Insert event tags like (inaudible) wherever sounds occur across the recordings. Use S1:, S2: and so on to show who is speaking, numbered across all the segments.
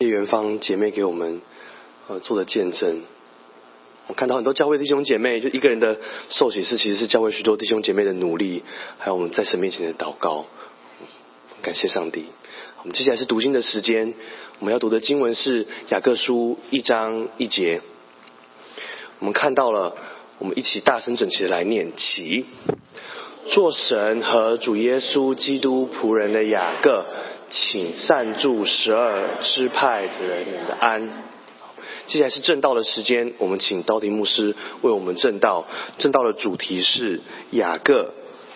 S1: 谢元芳姐妹给我们呃做的见证。我看到很多教会弟兄姐妹，就一个人的受洗是其实是教会许多弟兄姐妹的努力，还有我们在神面前的祷告。感谢上帝。我们接下来是读经的时间，我们要读的经文是雅各书一章一节。我们看到了，我们一起大声整齐的来念起。做神和主耶稣基督仆人的雅各，请赞助十二支派的人的安。接下来是正道的时间，我们请道迪牧师为我们正道。正道的主题是雅各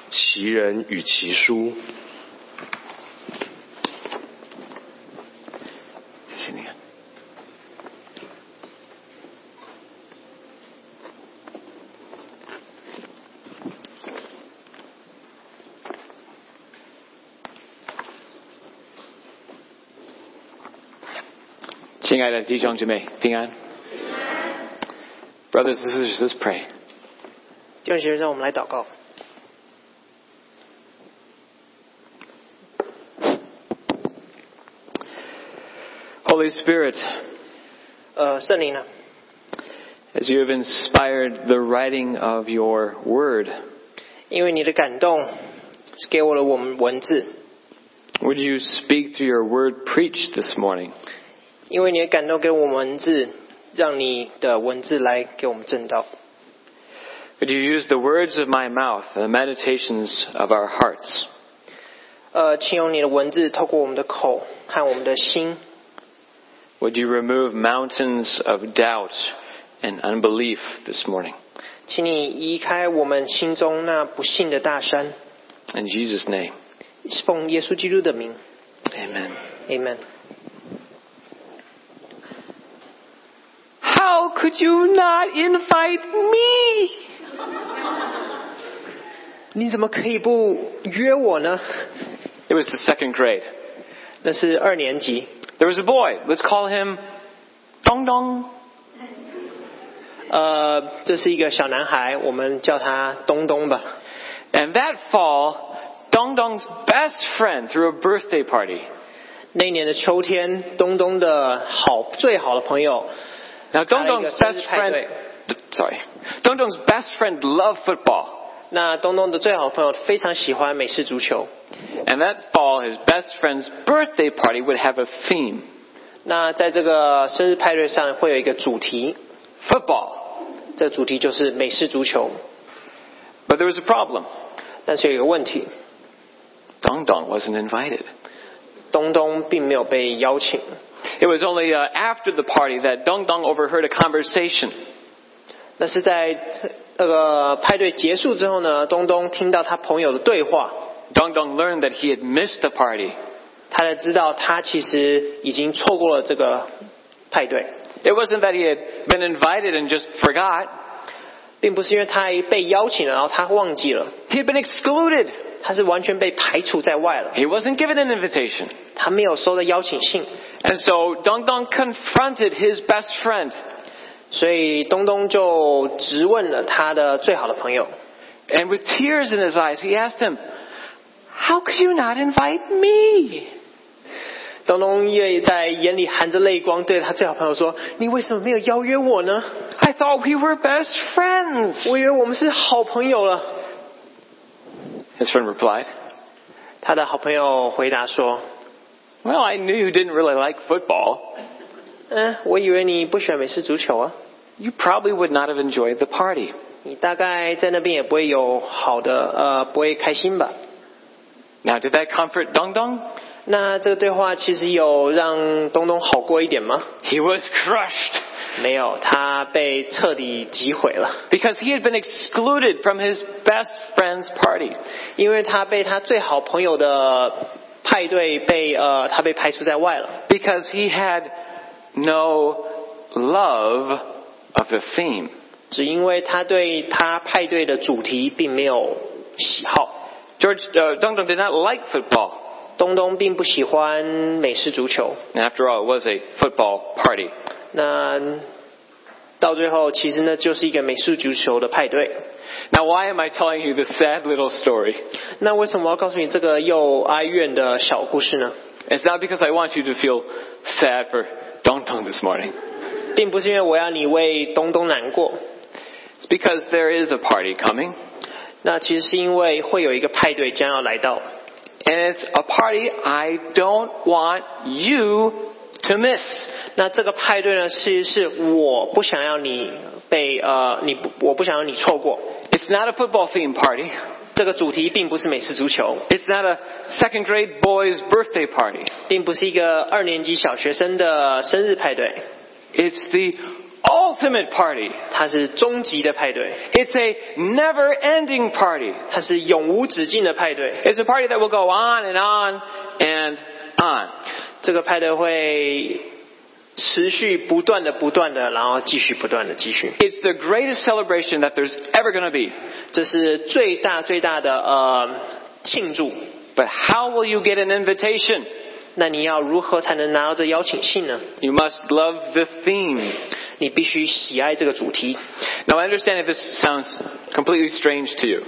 S1: 其人与其书。
S2: 谢谢你。亲爱的弟兄姐妹，平安。Brothers and sisters, let's pray.
S3: 弟兄姐妹，让我们来祷告。
S2: Holy Spirit,
S3: 呃，圣灵啊，
S2: as you have inspired the writing of your word,
S3: 因为你的感动，给我了我们文字；
S2: would you speak through your word preached this morning?
S3: 因为你的感动给我们文字，让你的文字来给我们正道。
S2: Would you use the words of my mouth and the meditations of our hearts
S3: 呃，请用你的文字透过我们的口和我们的心，
S2: Would you remove mountains of doubt and unbelief this morning?
S3: 请你移开我们心中那不幸的大山。
S2: In Jesus' name,
S3: 奉耶稣基督的名
S2: amen.
S3: ，Amen。
S4: How could you not invite me?
S3: 你怎么可以不约我呢？
S2: It was the second grade.
S3: 那是二年级，
S2: There was a boy. Let's call him Dong Dong.
S3: 呃，这是一个小男孩，我们叫他东东吧。
S2: And that fall, Dong Dong's best friend threw a birthday party.
S3: 那一年的秋天，东东的好最好的朋友，
S2: Now, Dong
S3: 开了
S2: Dong's
S3: 一个生
S2: best
S3: 日派
S2: friend.
S3: 对。
S2: Sorry. Dong Dong's best friend loved football.
S3: 那东东的最好的朋友非常喜欢美式足球。
S2: And that fall, his best friend's birthday party would have a theme
S3: 那在这个生日派对上会有一个主题，
S2: football.
S3: 这主题就是美式足球。
S2: But there was a problem.
S3: 但是有一个问题，
S2: Dong Dong wasn't invited.
S3: 东东并没有被邀请。
S2: It was only uh, after the party that Dong Dong overheard a conversation.
S3: 那是在那个派对结束之后呢，东东听到他朋友的对话，
S2: Dong Dong learned that he had missed the party.
S3: 他才知道他其实已经错过了这个派对，
S2: It wasn't that he had been invited and just forgot.
S3: 并不是因为他被邀请了，然后他忘记了。
S2: He had been excluded.
S3: 他是完全被排除在外了，
S2: He wasn't given an invitation.
S3: 他没有收到邀请信，
S2: And so Dong Dong confronted his best friend.
S3: 所以东东就质问了他的最好的朋友。
S2: And with tears in his eyes, he asked him, How could you not invite me?
S3: 东东也在眼里含着泪光，对他最好朋友说：“你为什么没有邀约我呢？
S2: I thought we were best friends.
S3: 我以为我们是好朋友了。
S2: His friend replied, ”
S3: 他的好朋友回答说
S2: Well, I knew you didn't really like football.：“
S3: 嗯，我以为你不喜欢美式足球啊，
S2: You probably would not have enjoyed the party.
S3: 你大概在那边也不会有好的，呃，不会开心吧
S2: Now, did that comfort Dong Dong?？”
S3: 那这个对话其实有让东东好过一点吗？
S2: He was (laughs) crushed
S3: 没有，他被彻底击毁了。
S2: because he had been excluded from his best friend's party.
S3: 因为他被他最好朋友的派对被呃，他被排除在外了，
S2: Because he had no love of the theme.
S3: 只因为他对他派对的主题并没有喜好。
S2: George uh, Dong Dong did not like football.
S3: 东东并不喜欢美式足球，
S2: And after all, it was a football party.
S3: 那到最后其实呢就是一个美式足球的派对。
S2: Now, why am I telling you this sad little story?
S3: 那为什么要告诉你这个又哀怨的小故事呢？
S2: It's not because I want you to feel sad for Dong Dong this morning.
S3: 并不是因为我要你为东东难过，
S2: It's because there is a party coming,
S3: 那其实是因为会有一个派对将要来到，
S2: and it's a party I don't want you to miss.
S3: 那这个派对呢，其实是我不想要你被呃，你不，我不想要你错过。
S2: It's not a football themed party.
S3: 这个主题并不是美式足球，
S2: It's not a second grade boy's birthday party.
S3: 并不是一个二年级小学生的生日派对，
S2: It's the ultimate party.
S3: 它是终极的派对，
S2: It's a never ending party.
S3: 它是永无止境的派对。
S2: It's a party that will go on and on and on.
S3: 这个派对会持续不断的、不断的，然后继续不断的继续。
S2: It's the greatest celebration that there's ever going to be.
S3: 这是最大最大的呃庆祝。
S2: But how will you get an invitation?
S3: 那你要如何才能拿到这邀请信呢？
S2: You must love the theme.
S3: 你必须喜爱这个主题。
S2: Now, I understand if this sounds completely strange to you.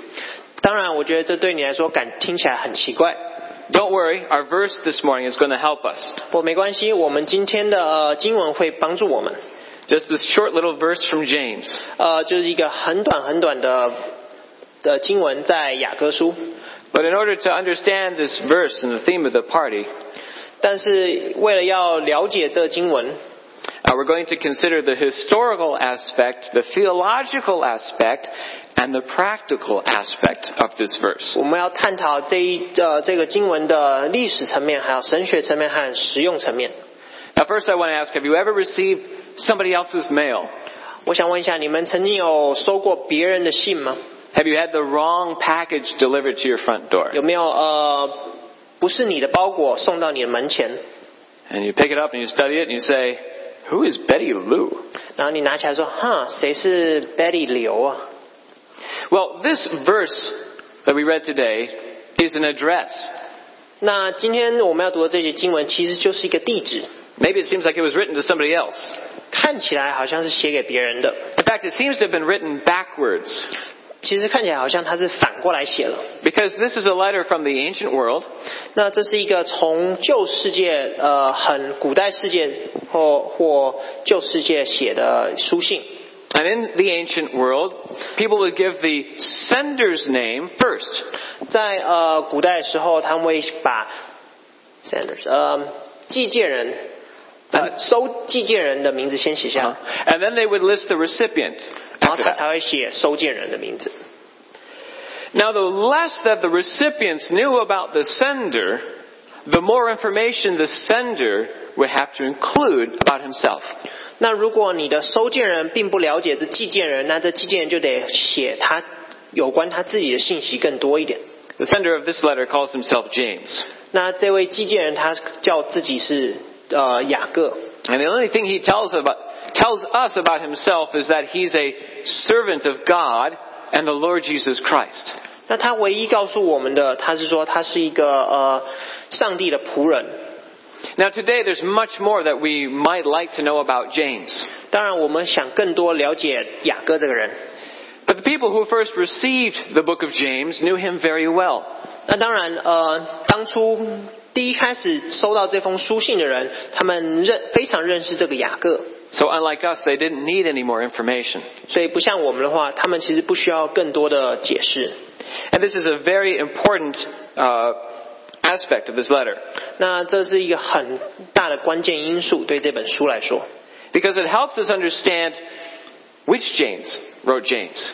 S3: 当然，我觉得这对你来说感听起来很奇怪。
S2: Don't worry, our verse this morning is going to help us.
S3: 不，没关系，我们今天的、呃、经文会帮助我们。
S2: Just this short little verse from James.
S3: 呃，就是一个很短很短的的经文，在雅各书。
S2: But in order to understand this verse and the theme of the party,
S3: 但是为了要了解这经文，
S2: uh, we're going to consider the historical aspect, the theological aspect, and the practical aspect of this verse.
S3: 我们要探讨这一呃这个经文的历史层面，还有神学层面和实用层面。
S2: Now, first, I want to ask have you ever received somebody else's mail?
S3: 我想问一下，你们曾经有收过别人的信吗？
S2: Have you had the wrong package delivered to your front door?
S3: 有没有呃不是你的包裹送到你的门前，
S2: And you pick it up and you study it and you say, Who is Betty Lou?
S3: 然后你拿起来说，哈，谁是 Betty 刘啊？
S2: Well, this verse that we read today is an address.
S3: 那今天我们要读的这些经文，其实就是一个地址，
S2: Maybe it seems like it was written to somebody else.
S3: 看起来好像是写给别人的，
S2: In fact, it seems to have been written backwards
S3: 其实看起来好像它是反过来写了。
S2: because this is a letter from the ancient world
S3: 那这是一个从旧世界呃很古代世界或或旧世界写的书信。
S2: And in the ancient world, people would give the sender's name first.
S3: 在呃古代的时候，他们会把 Sanders 呃寄件人呃收寄件人的名字先写下，来
S2: Uh-huh. And then they would list the recipient.
S3: 然后
S2: after
S3: 嗯他
S2: that.
S3: 才会写收件人的名字。
S2: Now, the less that the recipients knew about the sender, the more information the sender would have to include about himself.
S3: 那如果你的收件人并不了解这寄件人，那这寄件人就得写他有关他自己的信息更多一点。
S2: The sender of this letter calls himself James.
S3: 那这位寄件人他叫自己是呃雅各，
S2: And the only thing he tells, about, tells us about himself is that he's a servant of God and the Lord Jesus Christ.
S3: 那他唯一告诉我们的，他是说他是一个呃上帝的仆人。
S2: Now, today there's much more that we might like to know about James.
S3: 当然，我们想更多了解雅各这个人。
S2: But the people who first received the book of James knew him very well.
S3: 那当然，呃，当初第一开始收到这封书信的人，他们认非常认识这个雅各，
S2: So, unlike us, they didn't need any more information.
S3: 所以不像我们的话，他们其实不需要更多的解释。
S2: And this is a very important uh, aspect of this letter
S3: 那这是一个很大的关键因素，对这本书来说，
S2: because it helps us understand which James wrote James.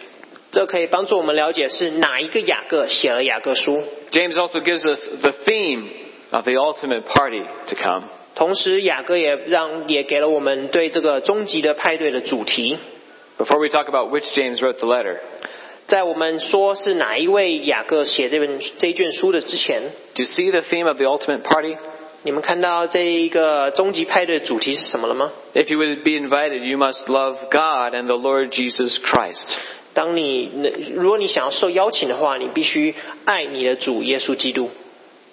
S3: 这可以帮助我们了解是哪一个雅各写了雅各书。
S2: James also gives us the theme of the ultimate party to come.
S3: 同时，雅各也让也给了我们对这个终极的派对的主题。
S2: Before we talk about which James wrote the letter,
S3: 在我们说是哪一位雅各写这本这一卷书的之前，
S2: do you see the theme of the ultimate party?
S3: 你们看到这一个终极派对的主题是什么了吗？
S2: If you would be invited, you must love God and the Lord Jesus Christ.
S3: 当你如果你想要受邀请的话，你必须爱你的主耶稣基督。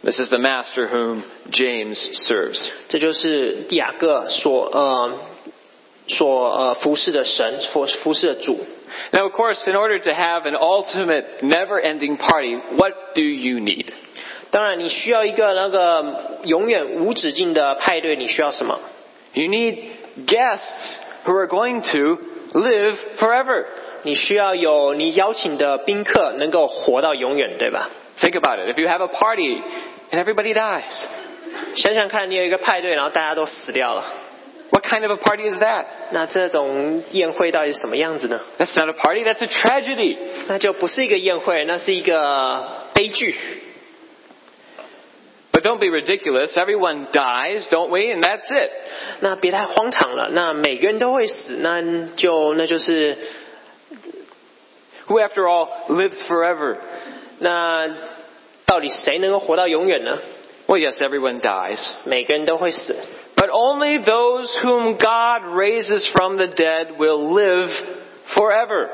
S2: This is the master whom James serves.
S3: 这就是雅各所呃所呃服侍的神，所服侍的主。
S2: Now, of course, in order to have an ultimate, never ending party, what do you need?
S3: 当然，你需要一个那个永远无止境的派对，你需要什么？
S2: You need guests who are going to live forever.
S3: 你需要有你邀请的宾客能够活到永远，对吧？
S2: Think about it. If you have a party and everybody dies,
S3: 想想看，你有一个派对，然后大家都死掉了，
S2: what kind of a party is that?
S3: 那这种宴会到底是什么样子呢？
S2: That's not a party, that's a tragedy.
S3: 那就不是一个宴会，那是一个悲剧。
S2: But don't be ridiculous. Everyone dies, don't we? And that's it.
S3: 那别太荒唐了，那每个人都会死，那就那就是，
S2: Who, after all, lives forever?
S3: 那到底谁能够活到永远呢？
S2: Well, yes, everyone dies.
S3: 每个人都会死，
S2: But only those whom God raises from the dead will live forever.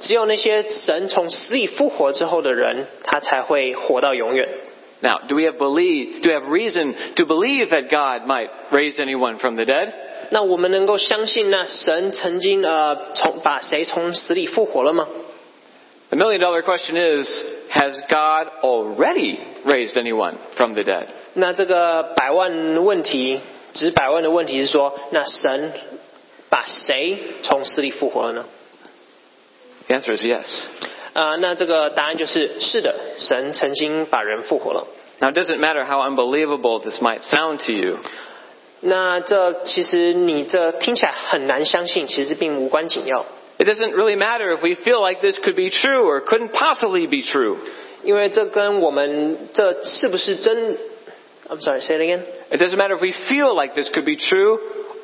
S3: 只有那些神从死里复活之后的人，他才会活到永远。
S2: Now, do we have believe, do we have reason to believe that God might raise anyone from the dead?
S3: 那我们能够相信那神曾经呃从把谁从死里复活了吗？
S2: The million dollar question is, has God already raised anyone from the dead?
S3: 那这个百万问题，指百万的问题是说，那神把谁从死里复活了呢？
S2: The answer is yes.
S3: 啊、那这个答案就是是的，神曾经把人复活了。
S2: Now, it doesn't matter how unbelievable this might sound to you.
S3: 那这其实你这听起来很难相信，其实并无关紧要，
S2: It doesn't really matter if we feel like this could be true or couldn't possibly be true.
S3: 因为这跟我们这是不是真？I'm sorry, say it again。
S2: It doesn't matter if we feel like this could be true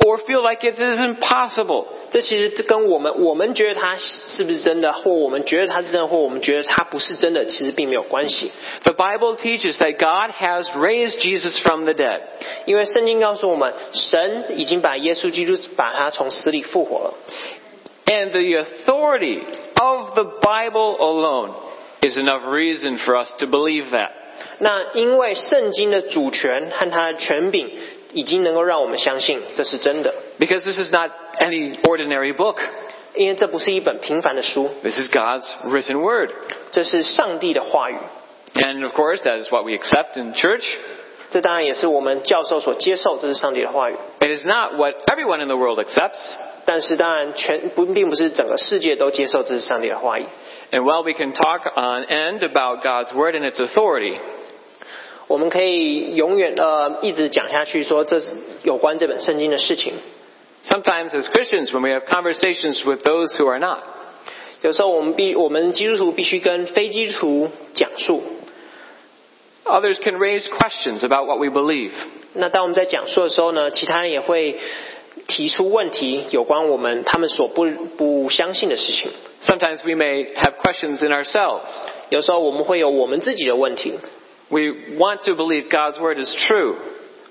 S2: or feel like it is impossible.
S3: 这其实这跟我们我们觉得它是不是真的，或我们觉得它是真的，或我们觉得它不是真的，其实并没有关系。
S2: The Bible teaches that God has raised Jesus from the dead.
S3: 因为圣经告诉我们，神已经把耶稣基督把他从死里复活了。
S2: And the authority of the Bible alone is enough reason for us to believe that.
S3: 那因为圣经的主权和它的权柄，已经能够让我们相信这是真的。
S2: Because this is not any ordinary book.
S3: 因为这不是一本平凡的书，
S2: This is God's written word.
S3: 这是上帝的话语。
S2: And of course, that is what we accept in church.
S3: 这当然也是我们教授所接受，这是上帝的话语。
S2: It is not what everyone in the world accepts.
S3: 但是当然全不并不是整个世界都接受这是上帝的话语。
S2: And while we can talk on end about God's word and its authority,
S3: 我们可以永远呃一直讲下去，说这是有关这本圣经的事情。
S2: sometimes as Christians, when we have conversations with those who are not,
S3: 有时候我们必我们基督徒必须跟非基督徒讲述。
S2: others can raise questions about what we believe.
S3: 那当我们在讲述的时候呢，其他人也会提出问题，有关我们他们所不不相信的事情。
S2: Sometimes we may have questions in ourselves.
S3: 有时候我们会有我们自己的问题，
S2: We want to believe God's word is true.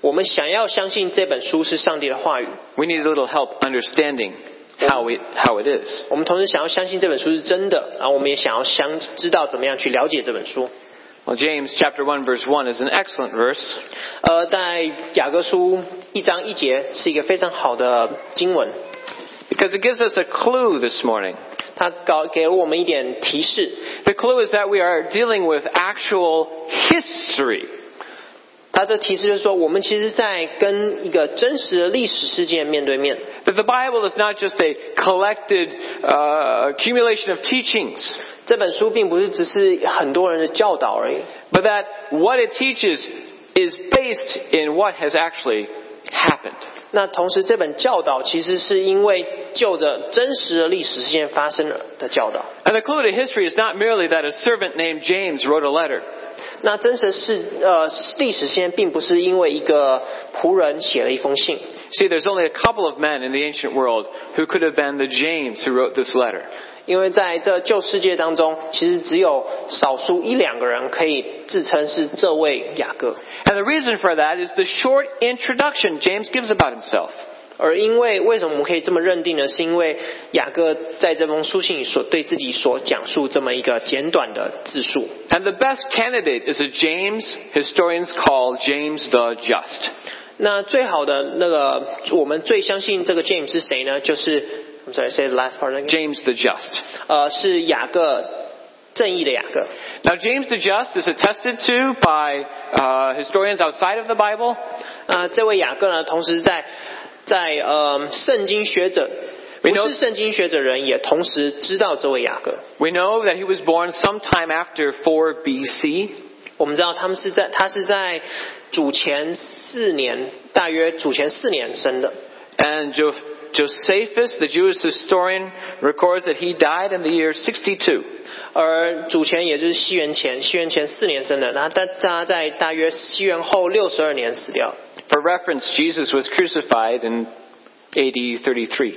S3: 我们想要相信这本书是上帝的话语，
S2: We need a little help understanding how it, how it is.
S3: 我们同时想要相信这本书是真的，然后我们也想要相知道怎么样去了解这本书。
S2: Well, James chapter 1 verse 1 is an excellent verse.
S3: 呃，在雅各书一章一节是一个非常好的经文，
S2: Because it gives us a clue this morning.
S3: 它搞给了我们一点提示。
S2: The clue is that we are dealing with actual history.
S3: 它这提示就是说，我们其实在跟一个真实的历史事件面对面。
S2: That the Bible is not just a collected uh, accumulation of teachings,
S3: 这本书并不是只是很多人的教导而已，
S2: but that what it teaches is based in what has actually happened.
S3: 那同时这本教导其实是因为就着真实的历史事件发生了的教导。
S2: And the clue to history is not merely that a servant named James wrote a letter.
S3: 那真实是呃历史事件，并不是因为一个仆人写了一封信。
S2: See, there's only a couple of men in the ancient world who could have been the James who wrote this letter.
S3: 因为在这旧世界当中，其实只有少数一两个人可以自称是这位雅各，
S2: And the reason for that is the short introduction James gives about himself.
S3: 而因为为什么我们可以这么认定呢？是因为雅各在这封书信里所对自己所讲述这么一个简短的自述。
S2: And the best candidate is a James historians call James the Just.
S3: 那最好的那个，我们最相信这个 James 是呃谁呢？就是 I'm sorry, say the last part again.
S2: James the Just.
S3: 呃，是雅各正义的雅各。
S2: Now, James the Just is attested to by uh, historians outside of the Bible,
S3: 呃，这位雅各呢，同时在在呃圣经学者，不
S2: We know-
S3: 是圣经学者人，也同时知道这位雅各。
S2: We know that he was born sometime after 4 BC.
S3: 我们知道他们是在他是在主前四年，大约主前四年生的。
S2: And jo- Josephus, the Jewish historian, records that he died in the year 62.
S3: 而主前也就是西元前，西元前四年生的，然后他他在大约西元后六十二年死掉。
S2: For reference, Jesus was crucified in AD 33.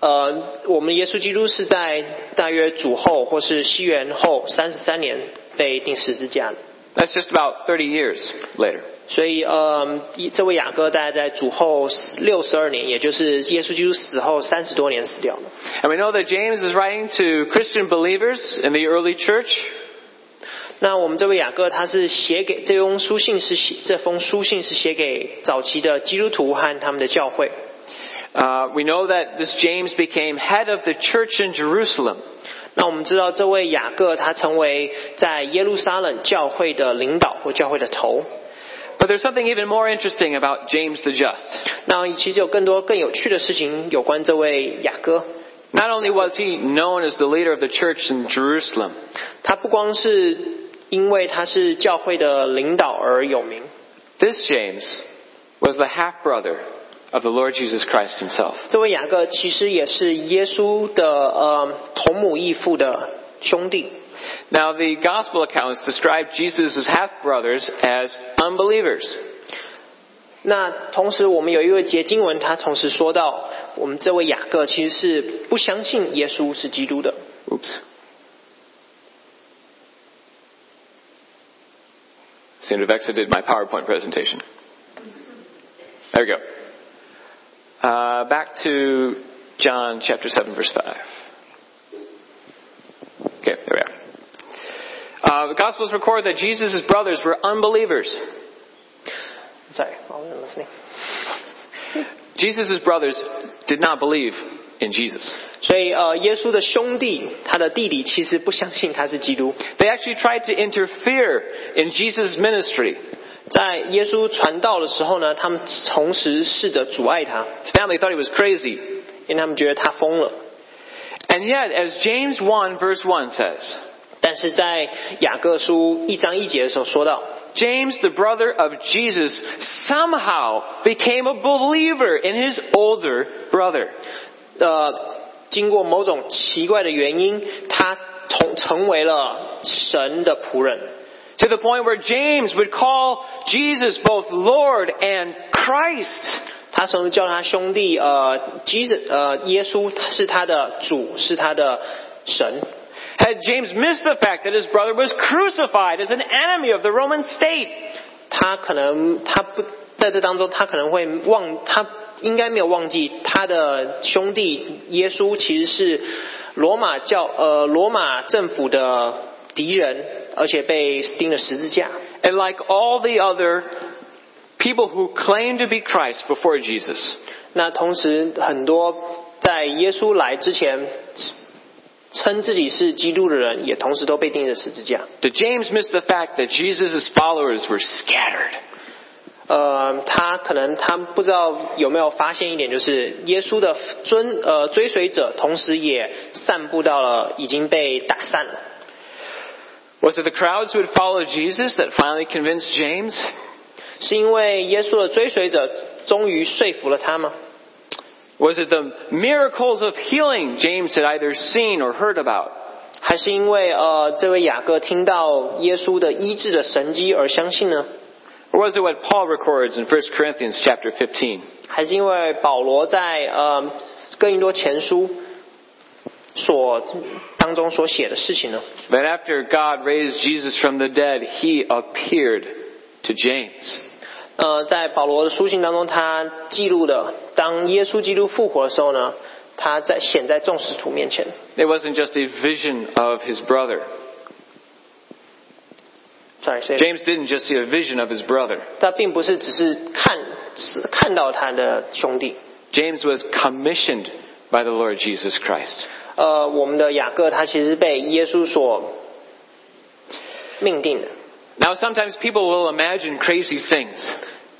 S3: 呃，我们耶稣基督是在大约主后或是西元后三十三年被钉十字架的，
S2: That's just about 30 years later.
S3: 所以呃，一这位雅各大概在主后六十二年，也就是耶稣基督死后三十多年死掉了。
S2: And we know that James is writing to Christian believers in the early church.
S3: 那我们这位雅各，他是写给这封书信是写这封书信是写给早期的基督徒和他们的教会。
S2: Uh, we know that this James became head of the church in Jerusalem.
S3: 那我们知道这位雅各，他成为在耶路撒冷教会的领导或教会的头。
S2: But there's something even more interesting about James the Just.
S3: 那其实有更多更有趣的事情有关这位雅各。
S2: Not only was he known as the leader of the church in Jerusalem,
S3: 他不光是因为他是教会的领导而有名，
S2: this James was the half brother of the Lord Jesus Christ himself.
S3: 这位雅各其实也是耶稣的呃同母异父的兄弟。
S2: Now, the gospel accounts describe Jesus' half brothers as unbelievers.
S3: 那同时，我们有一位节经文，他同时说到，我们这位雅各其实是不相信耶稣是基督的。
S2: Oops. Seem to have exited my PowerPoint presentation. There we go. Uh, back to John chapter 7, verse 5. Okay, there we are. Uh, the Gospels record that Jesus' brothers were unbelievers.
S3: Sorry, I wasn't listening.
S2: Jesus' brothers did not believe in Jesus.
S3: 所以呃，耶稣的兄弟，他的弟弟其实不相信他是基督。
S2: They actually tried to interfere in Jesus' ministry.
S3: 在耶稣传道的时候呢，他们同时试着阻碍他，
S2: His family thought he was crazy.
S3: 因为他们觉得他疯了。
S2: And yet, as James 1 verse 1 says,
S3: 但是在雅各书一章一节的时候说到，
S2: James, the brother of Jesus, somehow became a believer in his older brother.
S3: 呃，经过某种奇怪的原因，他同成为了神的仆人，
S2: To the point where James would call Jesus both Lord and Christ.
S3: 他甚至叫他兄弟呃，基督呃，耶稣他是他的主，是他的神。
S2: Had James missed the fact that his brother was crucified as an enemy of the Roman state?
S3: 他可能他不在这当中，他可能会忘，他应该没有忘记他的兄弟耶稣其实是罗马教呃罗马政府的敌人，而且被钉了十字架。
S2: And like all the other people who claimed to be Christ before Jesus,
S3: 那同时，很多在耶稣来之前称自己是基督的人，也同时都被钉着十字架。
S2: did James miss the fact that Jesus' followers were scattered?
S3: 呃，他可能他不知道有没有发现一点，就是耶稣的尊呃追随者，同时也散布到了已经被打散了。
S2: Was it the crowds who had followed Jesus that finally convinced James?
S3: 是因为耶稣的追随者终于说服了他吗？
S2: Was it the miracles of healing James had either seen or heard about?
S3: 还是因为呃这位雅各听到耶稣的医治的神迹而相信呢？
S2: Or was it what Paul records in 1 Corinthians chapter 15?
S3: 还是因为保罗在呃哥林多前书所当中所写的事情呢？
S2: That after God raised Jesus from the dead, he appeared to James.
S3: 呃，在保罗的书信当中，他记录的当耶稣基督复活的时候呢，他在显在众使徒面前，
S2: It wasn't just a vision of his brother.
S3: sorry，所以
S2: James didn't just see a vision of his brother.
S3: 他并不是只是看是看到他的兄弟，
S2: James was commissioned by the Lord Jesus Christ.
S3: 呃，我们的雅各他其实被耶稣所命定的。
S2: Now, sometimes people will imagine crazy things.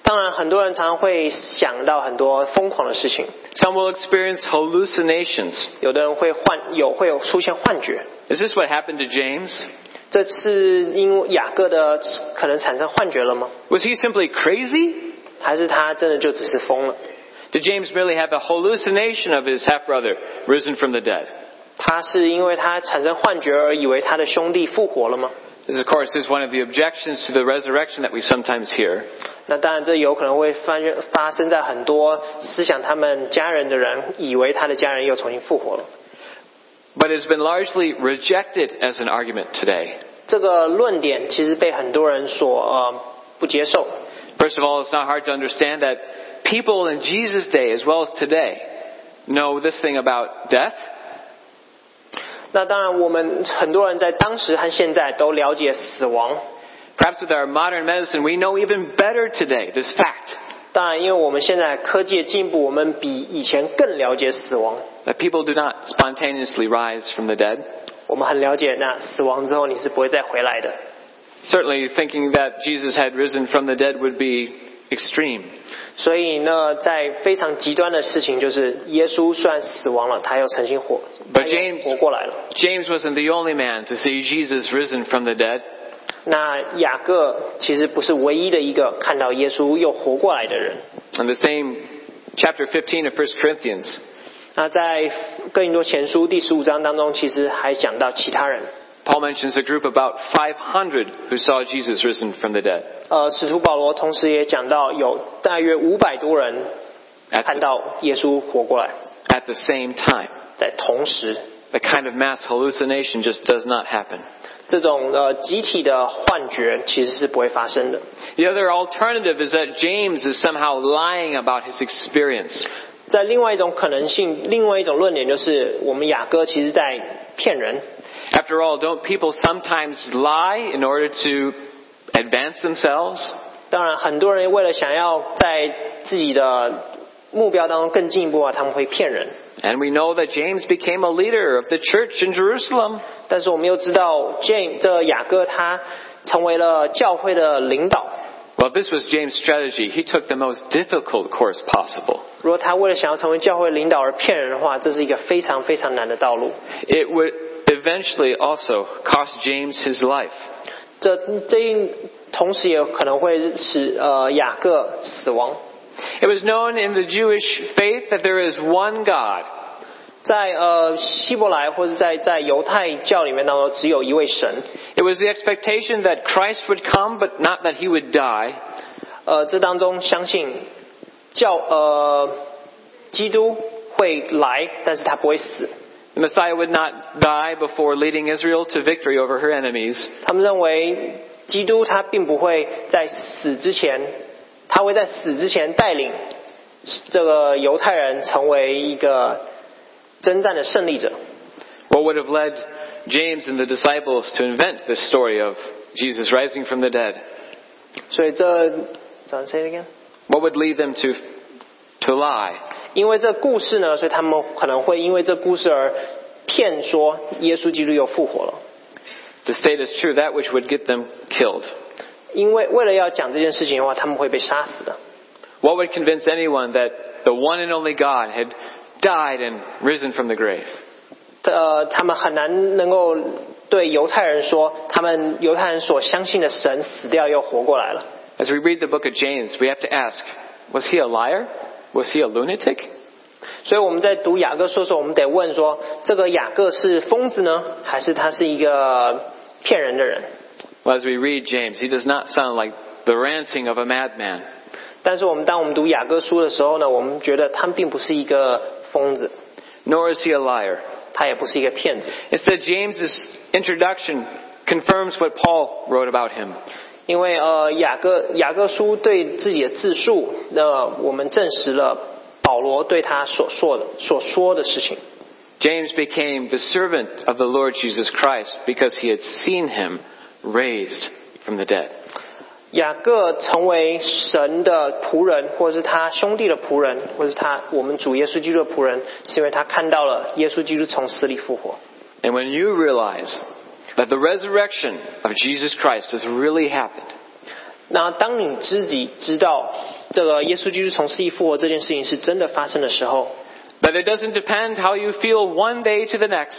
S3: 当然，很多人常常会想到很多疯狂的事情，
S2: Some will experience hallucinations.
S3: 有的人会幻有会有出现幻觉，
S2: Is this what happened to James?
S3: 这是因为雅各的可能产生幻觉了吗？
S2: Was he simply crazy?
S3: 还是他真的就只是疯了？
S2: Did James merely have a hallucination of his half brother risen from the dead?
S3: 他是因为他产生幻觉而以为他的兄弟复活了吗？
S2: This, of course, is one of the objections to the resurrection that we sometimes hear.
S3: 那当然，这有可能会发生发生在很多思想他们家人的人，以为他的家人又重新复活了。
S2: But it has been largely rejected as an argument today.
S3: 这个论点其实被很多人所呃不接受。
S2: First of all, it's not hard to understand that people in Jesus' day, as well as today, know this thing about death,
S3: 那当然，我们很多人在当时和现在都了解死亡。
S2: Perhaps with our modern medicine, we know even better today this fact
S3: 当然，因为我们现在科技的进步，我们比以前更了解死亡。
S2: that people do not spontaneously rise from the dead.
S3: 我们很了解，那死亡之后你是不会再回来的。
S2: Certainly, thinking that Jesus had risen from the dead would be extreme.
S3: 所以呢，在非常极端的事情，就是耶稣虽然死亡了，他又重新活，他
S2: But
S3: 又
S2: James-
S3: 活过来了。
S2: James wasn't the only man to see Jesus risen from the dead.
S3: 那雅各其实不是唯一的一个看到耶稣又活过来的人。
S2: In the same chapter 15 of 1 Corinthians,
S3: 那在哥林多前书第十五章当中，其实还讲到其他人。
S2: Paul mentions a group of about 500 who saw Jesus risen from the dead
S3: 呃，使徒保罗同时也讲到有大约五百多人
S2: at
S3: 看
S2: the,
S3: 到耶稣活过来，
S2: at the same time.
S3: 在同时，
S2: The kind of mass hallucination just does not happen.
S3: 这种呃集体的幻觉其实是不会发生的。
S2: The other alternative is that James is somehow lying about his experience.
S3: 在另外一种可能性，另外一种论点就是，我们雅各其实在骗人。
S2: After all, don't people sometimes lie in order to advance themselves?
S3: 当然，很多人为了想要在自己的目标当中更进一步啊，他们会骗人。
S2: And we know that James became a leader of the church in Jerusalem.
S3: 但是我们又知道，Jane 这雅各他成为了教会的领导。
S2: Well, this was James' strategy. He took the most difficult course possible.
S3: 如果他为了想要成为教会领导而骗人的话，这是一个非常非常难的道路。
S2: It would eventually also cost James his life.
S3: 这这一同时也可能会使呃雅各死亡。
S2: It was known in the Jewish faith that there is one God,
S3: 在呃希伯来或者在在犹太教里面当中，只有一位神。
S2: It was the expectation that Christ would come, but not that he would die.
S3: 呃，这当中相信教呃基督会来，但是他不会死。
S2: The Messiah would not die before leading Israel to victory over her enemies.
S3: 他们认为基督他并不会在死之前，他会在死之前带领这个犹太人成为一个征战的胜利者。
S2: What would have led James and the disciples to invent this story of Jesus rising from the dead?
S3: 所以这掌声 again。
S2: What would lead them to, to lie?
S3: 因为这故事呢，所以他们可能会因为这故事而骗说耶稣基督又复活了。
S2: To state as true that which would get them killed.
S3: 因为为了要讲这件事情的话，他们会被杀死的。
S2: What would convince anyone that the one and only God had died and risen from the grave?
S3: 呃，他们很难能够对犹太人说，他们犹太人所相信的神死掉又活过来了。
S2: As we read the book of James, we have to ask, was he a liar? Was he a lunatic?
S3: 所以我们在读雅各书的时候，我们得问说，这个雅各是疯子呢，还是他是一个骗人的人？
S2: Well, as we read James, he does not sound like the ranting of a madman.
S3: 但是我们当我们读雅各书的时候呢，我们觉得他并不是一个疯子，
S2: Nor is he a liar.
S3: 他也不是一个骗子，
S2: Instead, James's introduction confirms what Paul wrote about him.
S3: 因为呃，雅各雅各书对自己的自述，那、我们证实了保罗对他所说的所说的事情。
S2: James became the servant of the Lord Jesus Christ because he had seen him raised from the dead.
S3: 雅各成为神的仆人，或者是他兄弟的仆人，或者是他我们主耶稣基督的仆人，是因为他看到了耶稣基督从死里复活。
S2: And when you realize that the resurrection of Jesus Christ has really happened,
S3: 那当你自己知道这个耶稣基督从死里复活这件事情是真的发生的时候，
S2: that it doesn't depend how you feel one day to the next,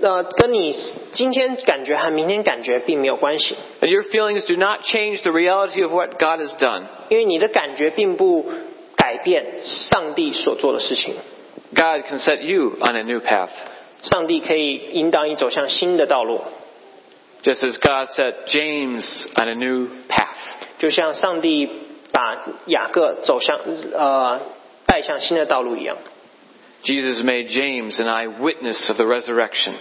S3: 那跟你今天感觉和明天感觉并没有关系，
S2: and your feelings do not change the reality of what God has done,
S3: 因为你的感觉并不改变上帝所做的事情。
S2: God can set you on a new path.
S3: 上帝可以引导你走向新的道路，
S2: Just as God set James on a new path.
S3: 就像上帝把雅各走向呃带向新的道路一样。
S2: Jesus made James an eyewitness of the resurrection.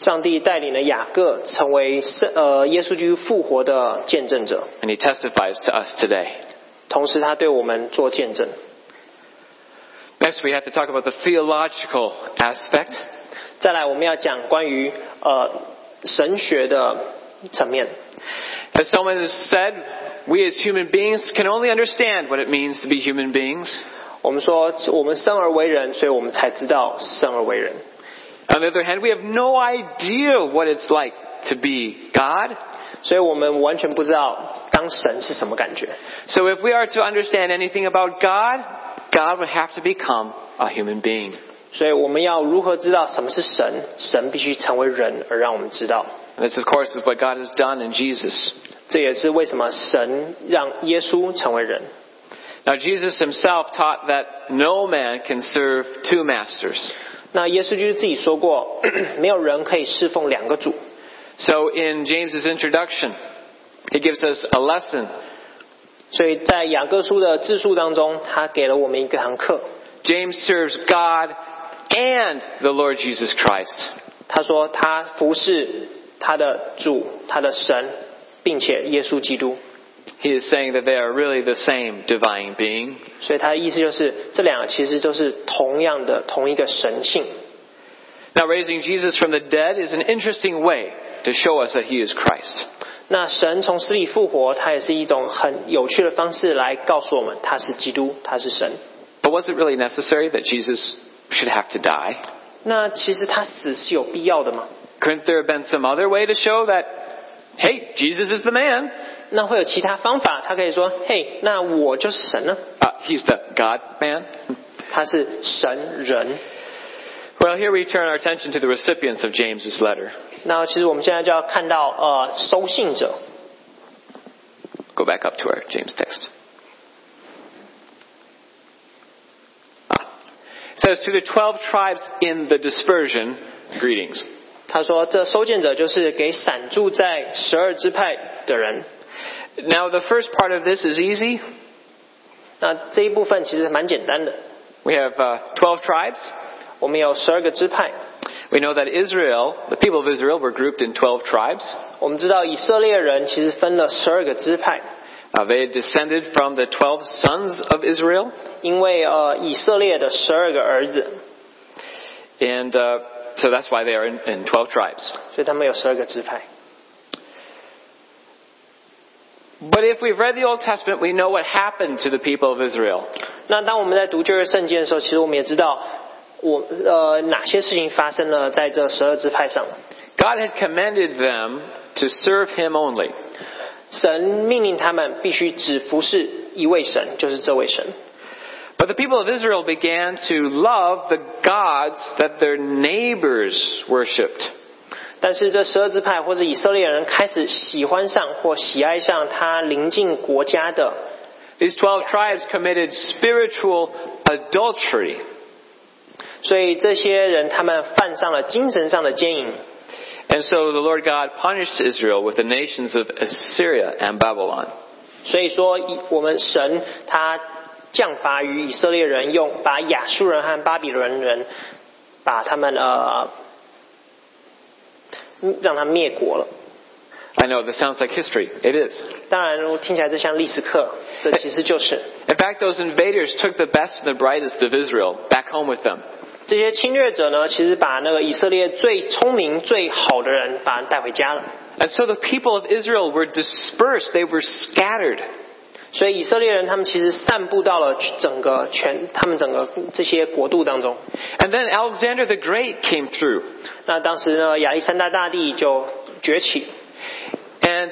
S3: 上帝带领了雅各成为圣呃耶稣基督复活的见证者，
S2: And he testifies to us today.
S3: 同时他对我们做见证。
S2: Next, we have to talk about the theological aspect.
S3: 再来，我们要讲关于呃神学的层面。
S2: As someone has said, we as human beings can only understand what it means to be human beings.
S3: 我们说，我们生而为人，所以我们才知道生而为人。
S2: On the other hand, we have no idea what it's like to be God.
S3: 所以我们完全不知道当神是什么感觉。
S2: So if we are to understand anything about God, God would have to become a human being.
S3: 所以我们要如何知道什么是神？神必须成为人，而让我们知道。
S2: And this, of course, is what God has done in Jesus.
S3: 这也是为什么神让耶稣成为人。
S2: Now, Jesus himself taught that no man can serve two masters.
S3: 那耶稣就是自己说过， (clears throat) 没有人可以侍奉两个主。
S2: So, in James's introduction, he gives us a lesson
S3: 所以在雅各书的自述当中，他给了我们一个堂课。
S2: James serves God and the Lord Jesus Christ.
S3: 他说他服侍他的主，他的神，并且耶稣基督。
S2: He is saying that they are really the same divine being.
S3: 所以他的意思就是，这两个其实都是同样的同一个神性。
S2: Now, raising Jesus from the dead is an interesting way to show us that he is Christ.
S3: 那神从死里复活，它也是一种很有趣的方式来告诉我们，他是基督，他是神。
S2: But was it really necessary that Jesus should have to die?
S3: 那其实他死是有必要的吗？
S2: Couldn't there have been some other way to show that, hey, Jesus is the man?
S3: 那会有其他方法，他可以说：“嘿，那我就是神呢，
S2: Uh, he's the God man? (laughs)
S3: 他是神人。
S2: Well, here we turn our attention to the recipients of James's letter. ”
S3: 那其实我们现在就要看到，呃，收信者，
S2: Go back up to our James text. Ah. It says, To the twelve tribes in the dispersion, greetings.
S3: 他说这收件者就是给散住在十二支派的人。
S2: Now, the first part of this is easy.
S3: 那这一部分其实蛮简单的，
S2: We have uh, 12 tribes.
S3: 我们有十二个支派，
S2: We know that Israel, the people of Israel, were grouped in 12 tribes.
S3: 我们知道以色列人其实分了十二个支派，
S2: Uh, they descended from the 12 sons of Israel.
S3: 因为呃以色列的十二个儿子，
S2: And uh, so that's why they are in, in 12 tribes.
S3: 所以他们有十二个支派。
S2: But if we've read the Old Testament, we know what happened to the people of Israel.
S3: 那当我们在读旧约圣经的时候，其实我们也知道我呃哪些事情发生了在这十二支派上。
S2: God had commanded them to serve him only.
S3: 神命令他们必须只服侍一位神，就是这位神。
S2: But the people of Israel began to love the gods that their neighbors worshipped.
S3: 但是这十二支派或者以色列人开始喜欢上或喜爱上他邻近国家的，
S2: These 12 tribes committed spiritual adultery.
S3: 所以这些人他们犯上了精神上的奸淫。
S2: And so the Lord God punished Israel with the nations of Assyria and Babylon.
S3: 所以说，以我们神他降罚于以色列人，用把亚述人和巴比伦人把他们呃让他灭国了。
S2: I know this sounds like history. It is.
S3: 当然，听起来这像历史课，这其实就是。
S2: In fact, those invaders took the best and the brightest of Israel back home with them.
S3: 这些侵略者呢，其实把那个以色列最聪明、最好的人把他带回家了。
S2: And so the people of Israel were dispersed, they were scattered.
S3: 所以以色列人他们其实散布到了整个全他们整个这些国度当中。
S2: And then Alexander the Great came through.
S3: 那当时呢，亚历山大大帝就崛起，
S2: And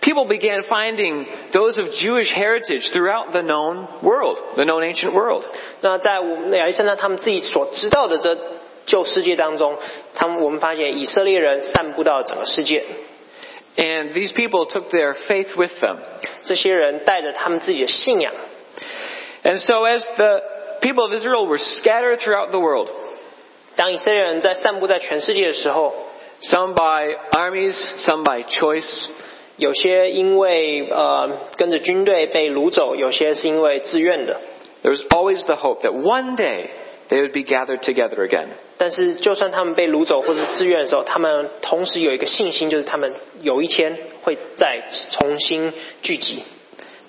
S2: people began finding those of Jewish heritage throughout the known world, the known ancient world.
S3: 那在我们亚历山大他们自己所知道的这旧世界当中，他们我们发现以色列人散布到整个世界，
S2: And these people took their faith with them.
S3: 这些人带着他们自己的信仰。
S2: And so as the people of Israel were scattered throughout the world,
S3: 当以色列人在散布在全世界的时候，
S2: some by armies, some by choice,
S3: 有些因为呃跟着军队被掳走，有些是因为自愿的。
S2: there was always the hope that one day they would be gathered together again.
S3: 但是，就算他们被掳走或是自愿的时候，他们同时有一个信心，就是他们有一天会再重新聚集。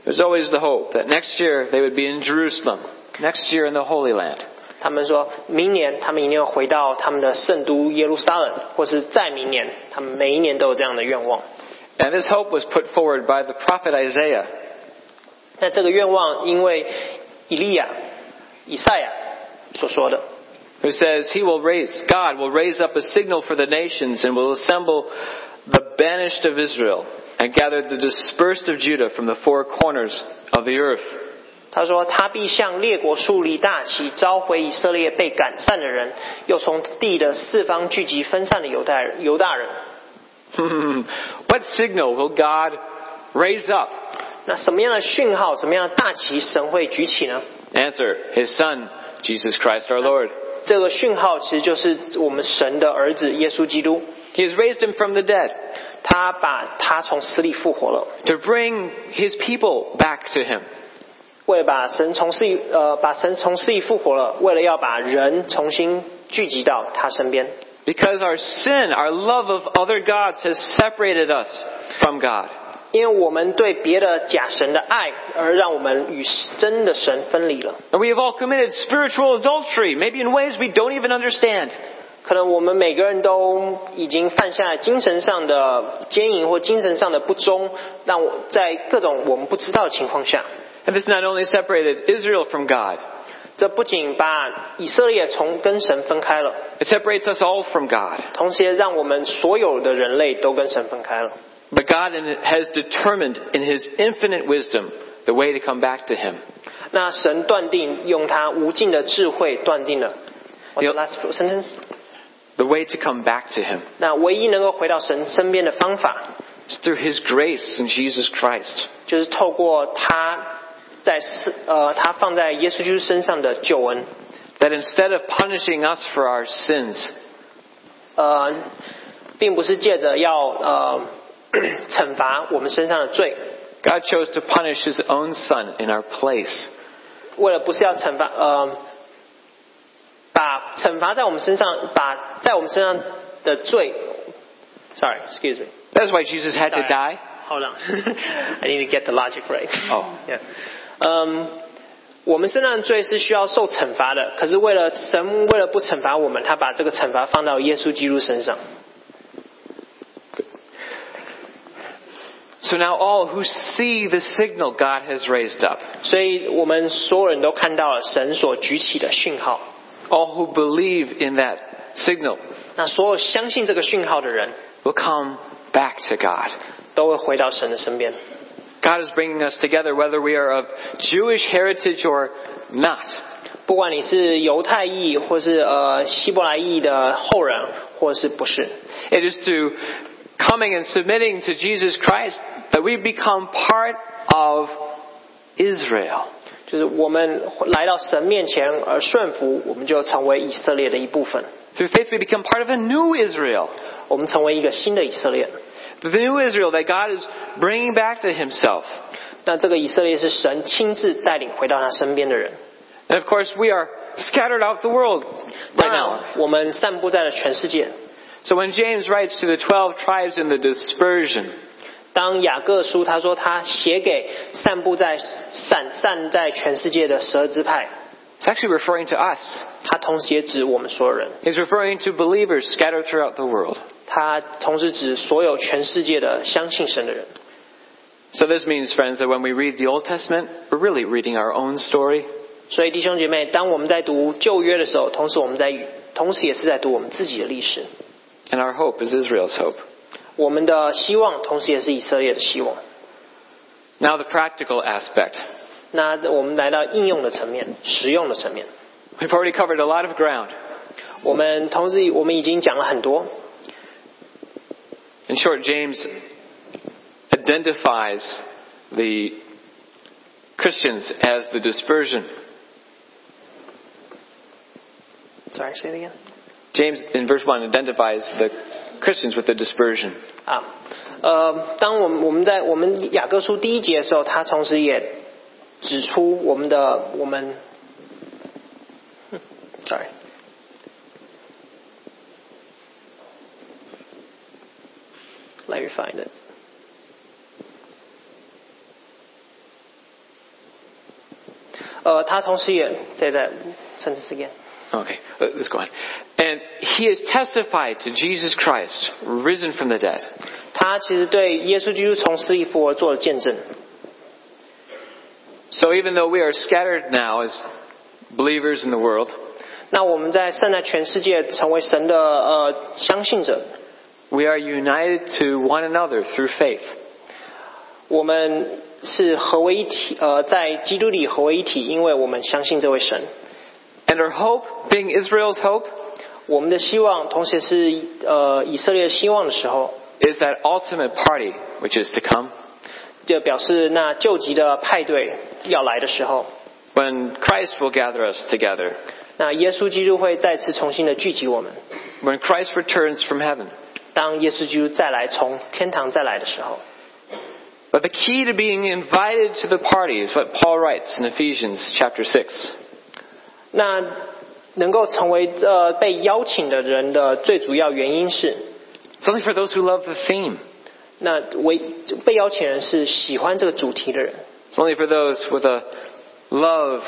S2: There's always the hope that next year they would be in Jerusalem, next year in the Holy Land.
S3: 他们说明年他们一定要回到他们的圣都耶路撒冷，或是再明年，他们每一年都有这样的愿望。
S2: And this hope was put forward by the prophet Isaiah.
S3: 那这个愿望，因为以利亚、以赛亚所说的，
S2: who says he will raise God will raise up a signal for the nations and will assemble the banished of Israel and gather the dispersed of Judah from the four corners of the earth. (laughs)
S3: 他说：“他必向列国树立大旗，召回以色列被赶散的人，又从地的四方聚集分散的犹太人犹大人。
S2: what signal will God raise up? ”
S3: 那什么样的讯号，什么样的大旗，神会举起呢？
S2: Answer: His son Jesus Christ our Lord.
S3: 这个讯号其实就是我们神的儿子耶稣基督，
S2: He has raised him from the dead
S3: 他把他从死里复活了，
S2: to bring his people back to him.
S3: 为了把神从死里呃把神从死里复活了，为了要把人重新聚集到他身边，
S2: Because our sin, our love of other gods has separated us from God.
S3: 因为我们对别的假神的爱，而让我们与真的神分离了。
S2: And we have all committed spiritual adultery, maybe in ways we don't even understand.
S3: 可能我们每个人都已经犯下了精神上的奸淫或精神上的不忠，让我在各种我们不知道的情况下，
S2: And this not only separated Israel from God,
S3: 这不仅把以色列从跟神分开了，
S2: it separates us all from God.
S3: 同时也让我们所有的人类都跟神分开了。
S2: But God in- has determined in His infinite wisdom the way to come back to Him.
S3: 那神断定用他无尽的智慧断定了。What's the
S2: Yep.
S3: last sentence?
S2: The way to come back to Him
S3: 那唯一能够回到神身边的方法，
S2: is through His grace in Jesus Christ.
S3: 就是透过他在世呃他放在耶稣基督身上的救恩。
S2: That instead of punishing us for our sins,
S3: 呃，并不是借着要呃 (coughs) 惩罚我们身上的罪，
S2: God chose to punish His own Son in our place.
S3: 为了不是要惩罚呃把惩罚在我们身上把在我们身上的罪，sorry excuse me，
S2: That's why Jesus had to die.
S3: Hold on. (laughs) I need to get the logic right.
S2: Oh.
S3: Yeah. 嗯，我们身上的罪是需要受惩罚的，可是为了神，为了不惩罚我们，他把这个惩罚放到耶稣基督身上。
S2: So now all who see the signal God has raised up,
S3: 所以我们所有人都看到了神所举起的讯号。
S2: all who believe in that signal
S3: 那所有相信这个讯号的人，
S2: will come back to God.
S3: 都会回到神的身边。
S2: God is bringing us together whether we are of Jewish heritage or not.
S3: 不管你是犹太裔，或是呃希伯来裔的后人，或是不是，
S2: It is through coming and submitting to Jesus Christ that we become part of Israel.
S3: 就是我们来到神面前而顺服，我们就成为以色列的一部分。
S2: Through faith we become part of a new Israel.
S3: 我们成为一个新的以色列。
S2: The new Israel that God is bringing back to himself.
S3: 那这个以色列是神亲自带领回到他身边的人。
S2: And of course we are scattered out the world right now.
S3: 当然，我们散布在了全世界。
S2: So when James writes to the 12 tribes in the dispersion,
S3: 当雅各书他说他写给散布在散散在全世界的十二支派，
S2: it's actually referring to us.
S3: 他同时也指我们所有人。
S2: He's referring to believers scattered throughout the world.
S3: 他他同时指所有全世界的相信神的人。
S2: So this means, friends, that when we read the Old Testament, we're really reading our own story.
S3: 所以弟兄姐妹，当我们在读旧约的时候，同时我们在同时也是在读我们自己的历史。
S2: And our hope is Israel's hope.
S3: 我们的希望，同时也是以色列的希望。
S2: Now, the practical aspect.
S3: 那我们来到应用的层面，实用的层面，
S2: We've already covered a lot of ground.
S3: 我们同时我们已经讲了很多。
S2: In short, James identifies the Christians as the dispersion.
S3: Sorry, say it again.
S2: James, in verse 1, identifies the Christians with the dispersion.
S3: 啊，呃，当我们我们在我们雅各书第一节的时候，他同时也指出我们的我们嗯，sorry，let me find it。呃，他同时也 say that sentence again。
S2: Okay, let- let's go on. And he has testified to Jesus Christ, risen from the dead.
S3: 他其实对耶稣基督从死里复活做了见证。
S2: So even though we are scattered now as believers in the world,
S3: 那我们在现在全世界成为神的呃相信者，
S2: we are united to one another through faith.
S3: 我们是合为一体，呃，在基督里合为一体，因为我们相信这位神。
S2: And our hope, being Israel's hope,
S3: 我们的希望，同时也是呃以色列希望的时候，
S2: is that ultimate party which is to come.
S3: 就表示那救急的派对要来的时候，
S2: When Christ will gather us together.
S3: 那耶稣基督会再次重新的聚集我们。
S2: When Christ returns from heaven.
S3: 当耶稣基督再来，从天堂再来的时候，
S2: But the key to being invited to the party is what Paul writes in Ephesians chapter 6.
S3: 那能够成为呃被邀请的人的最主要原因是，
S2: It's only for those who love the theme.
S3: 那为被邀请人是喜欢这个主题的人，
S2: It's only for those with a love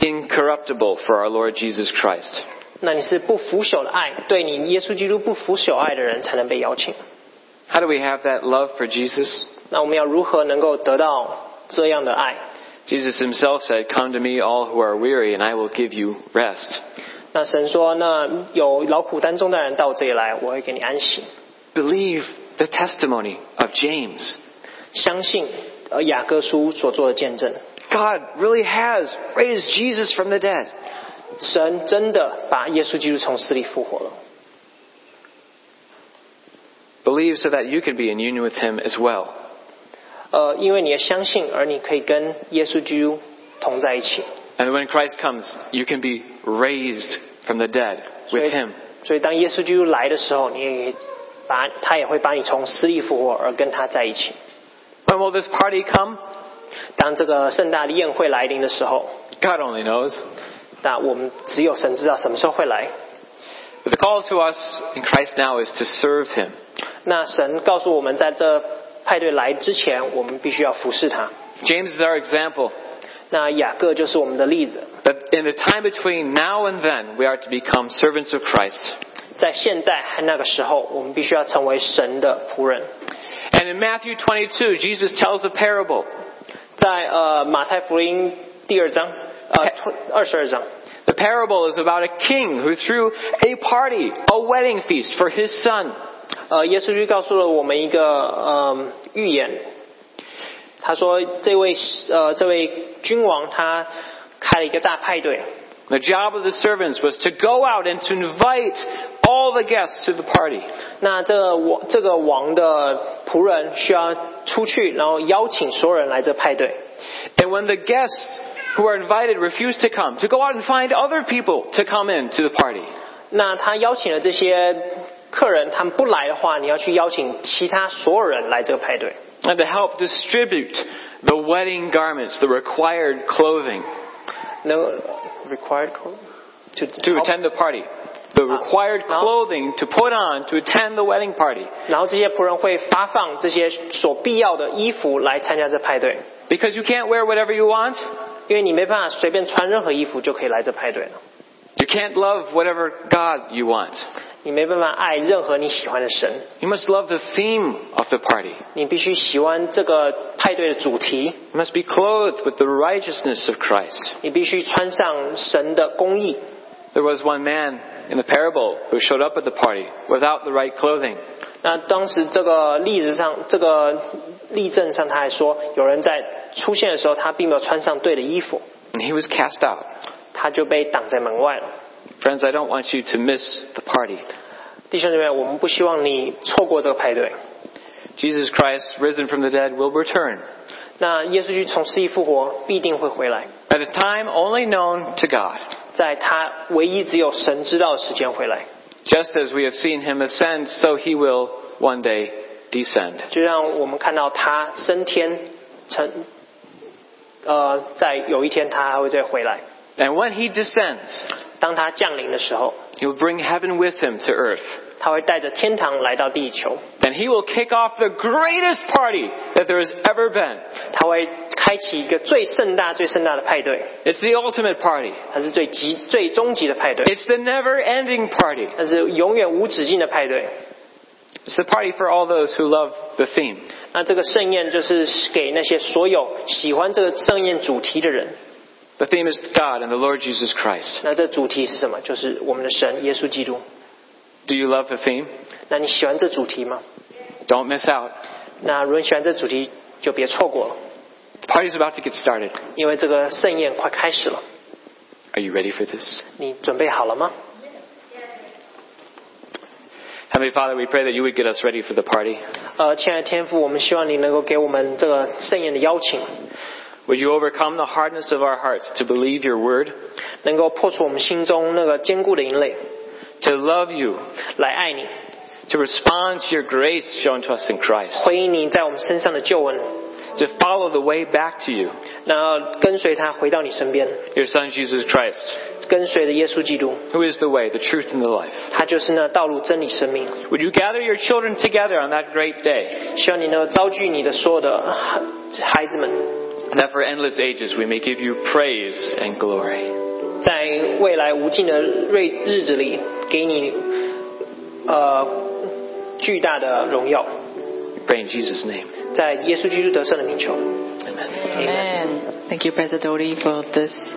S2: incorruptible for our Lord Jesus Christ.
S3: 那你是不腐朽的爱，对你耶稣基督不腐朽爱的人才能被邀请。
S2: How do we have that love for Jesus?
S3: 那我们要如何能够得到这样的爱？
S2: Jesus himself said, Come to me, all who are weary, and I will give you rest.
S3: 那神说：“那有劳苦担重担的人到我这里来，我会给你安息。
S2: Believe the testimony of James. ”
S3: 相信呃雅各书所做的见证，
S2: God really has raised Jesus from the dead.
S3: 神真的把耶稣基督从死里复活了。
S2: Believe so that you can be in union with him as well.
S3: 呃，因为你的相信，而你可以跟耶稣基督同在一起。
S2: And when Christ comes, you can be raised from the dead
S3: 所以
S2: with him.
S3: 所以当耶稣基督来的时候，你也把他也会把你从死里复活，而跟他在一起。
S2: When will this party come?
S3: 当这个盛大的宴会来临的时候，
S2: God only knows.
S3: 那我们只有神知道什么时候会来。
S2: But the call to us in Christ now is to serve him.
S3: 那神告诉我们，在这派对来之前，我们必须要服侍他。
S2: James is our example
S3: 那雅各就是我们的例子，
S2: that in the time between now and then, we are to become servants of Christ.
S3: 在现在和那个时候，我们必须要成为神的仆人。
S2: And in Matthew 22, Jesus tells a parable
S3: 在呃马太福音第二章，呃二十二章，
S2: The parable is about a king who threw a party, a wedding feast for his son.
S3: 呃，耶稣就告诉了我们一个呃预言，他说这位呃这位君王他开了一个大派对，
S2: The job of the servants was to go out and to invite all the guests to the party.
S3: 那这个王这个王的仆人需要出去，然后邀请所有人来这派对。
S2: And when the guests who are invited refuse to come, to go out and find other people to come in to the party.
S3: 那他邀请了这些客人，他们不来的话，你要去邀请其他所有人来这个派对，
S2: And to help distribute the wedding garments, the required clothing
S3: 能 required to
S2: to attend the party. The required
S3: no.
S2: clothing to put on to attend the wedding party.
S3: 然后这些仆人会发放这些所必要的衣服来参加这派对。
S2: Because you can't wear whatever you want.
S3: 因为你没办法随便穿任何衣服就可以来这派对了，
S2: You can't love whatever God you want.
S3: 你没办法爱任何你喜欢的神，
S2: You must love the theme of the party.
S3: 你必须喜欢这个派对的主题，
S2: You must be clothed with the righteousness of Christ.
S3: 你必须穿上神的公义。
S2: There was one man in the parable who showed up at the party without the right clothing.
S3: 那当时这个例子上，这个例证上，他还说，有人在出现的时候，他并没有穿上对的衣服，
S2: And he was cast out.
S3: 他就被挡在门外了。
S2: Friends, I don't want you to miss the party.
S3: 弟兄姐妹，我们不希望你错过这个派对。
S2: Jesus Christ, risen from the dead, will return
S3: 那耶稣基督从死里复活，必定会回来，
S2: at a time only known to God,
S3: 在他唯一只有神知道的时间回来。
S2: just as we have seen him ascend, so he will one day descend.
S3: 就让我们看到他升天成，呃，在有一天他还会再回来。
S2: And when he descends,
S3: 当他降临的时候，
S2: he will bring heaven with him to earth.
S3: 他会带着天堂来到地球，
S2: And he will kick off the greatest party that there has ever been.
S3: 他会开启一个最盛大、最盛大的派对，
S2: It's the ultimate party.
S3: 它是最极、最终极的派对，
S2: It's the never ending party.
S3: 它是永远无止境的派对。
S2: It's the party for all those who love the theme.
S3: 那这个盛宴就是给那些所有喜欢这个盛宴主题的人。
S2: The theme is God and the Lord Jesus Christ.
S3: 那这主题是什么？就是我们的神耶稣基督。
S2: Do you love the theme?
S3: 那你喜欢这主题吗？
S2: Don't miss out.
S3: 那如果你喜欢这主题，就别错过了。
S2: The party's about to get started.
S3: 因为这个盛宴快开始了，
S2: Are you ready for this?
S3: 你准备好了吗？
S2: Heavenly Father, we pray that you would get us ready for the party.
S3: 呃，亲爱的天父，我们希望你能够给我们这个盛宴的邀请，
S2: Would you overcome the hardness of our hearts to believe your word,
S3: 能够破除我们心中那个坚固的营垒，
S2: to love you,
S3: 来爱你，
S2: to respond to your grace shown to us in Christ,
S3: 回应你在我们身上的救恩，
S2: to follow the way back to you,
S3: 然后跟随他回到你身边，
S2: your Son Jesus Christ,
S3: 跟随着耶稣基督，
S2: who is the way, the truth, and the life?
S3: 他就是那道路、真理、生命。
S2: Would you gather your children together on that great day,
S3: 希望你能够招聚你的所有的呃孩子们，
S2: that for endless ages we may give you praise and glory?
S3: 在未来无尽的瑞日子里，给你呃巨大的荣耀，
S2: We pray in Jesus' name.
S3: 在耶稣基督得胜的名求。
S2: Amen.
S5: Amen. Thank you, Pastor Dory, for this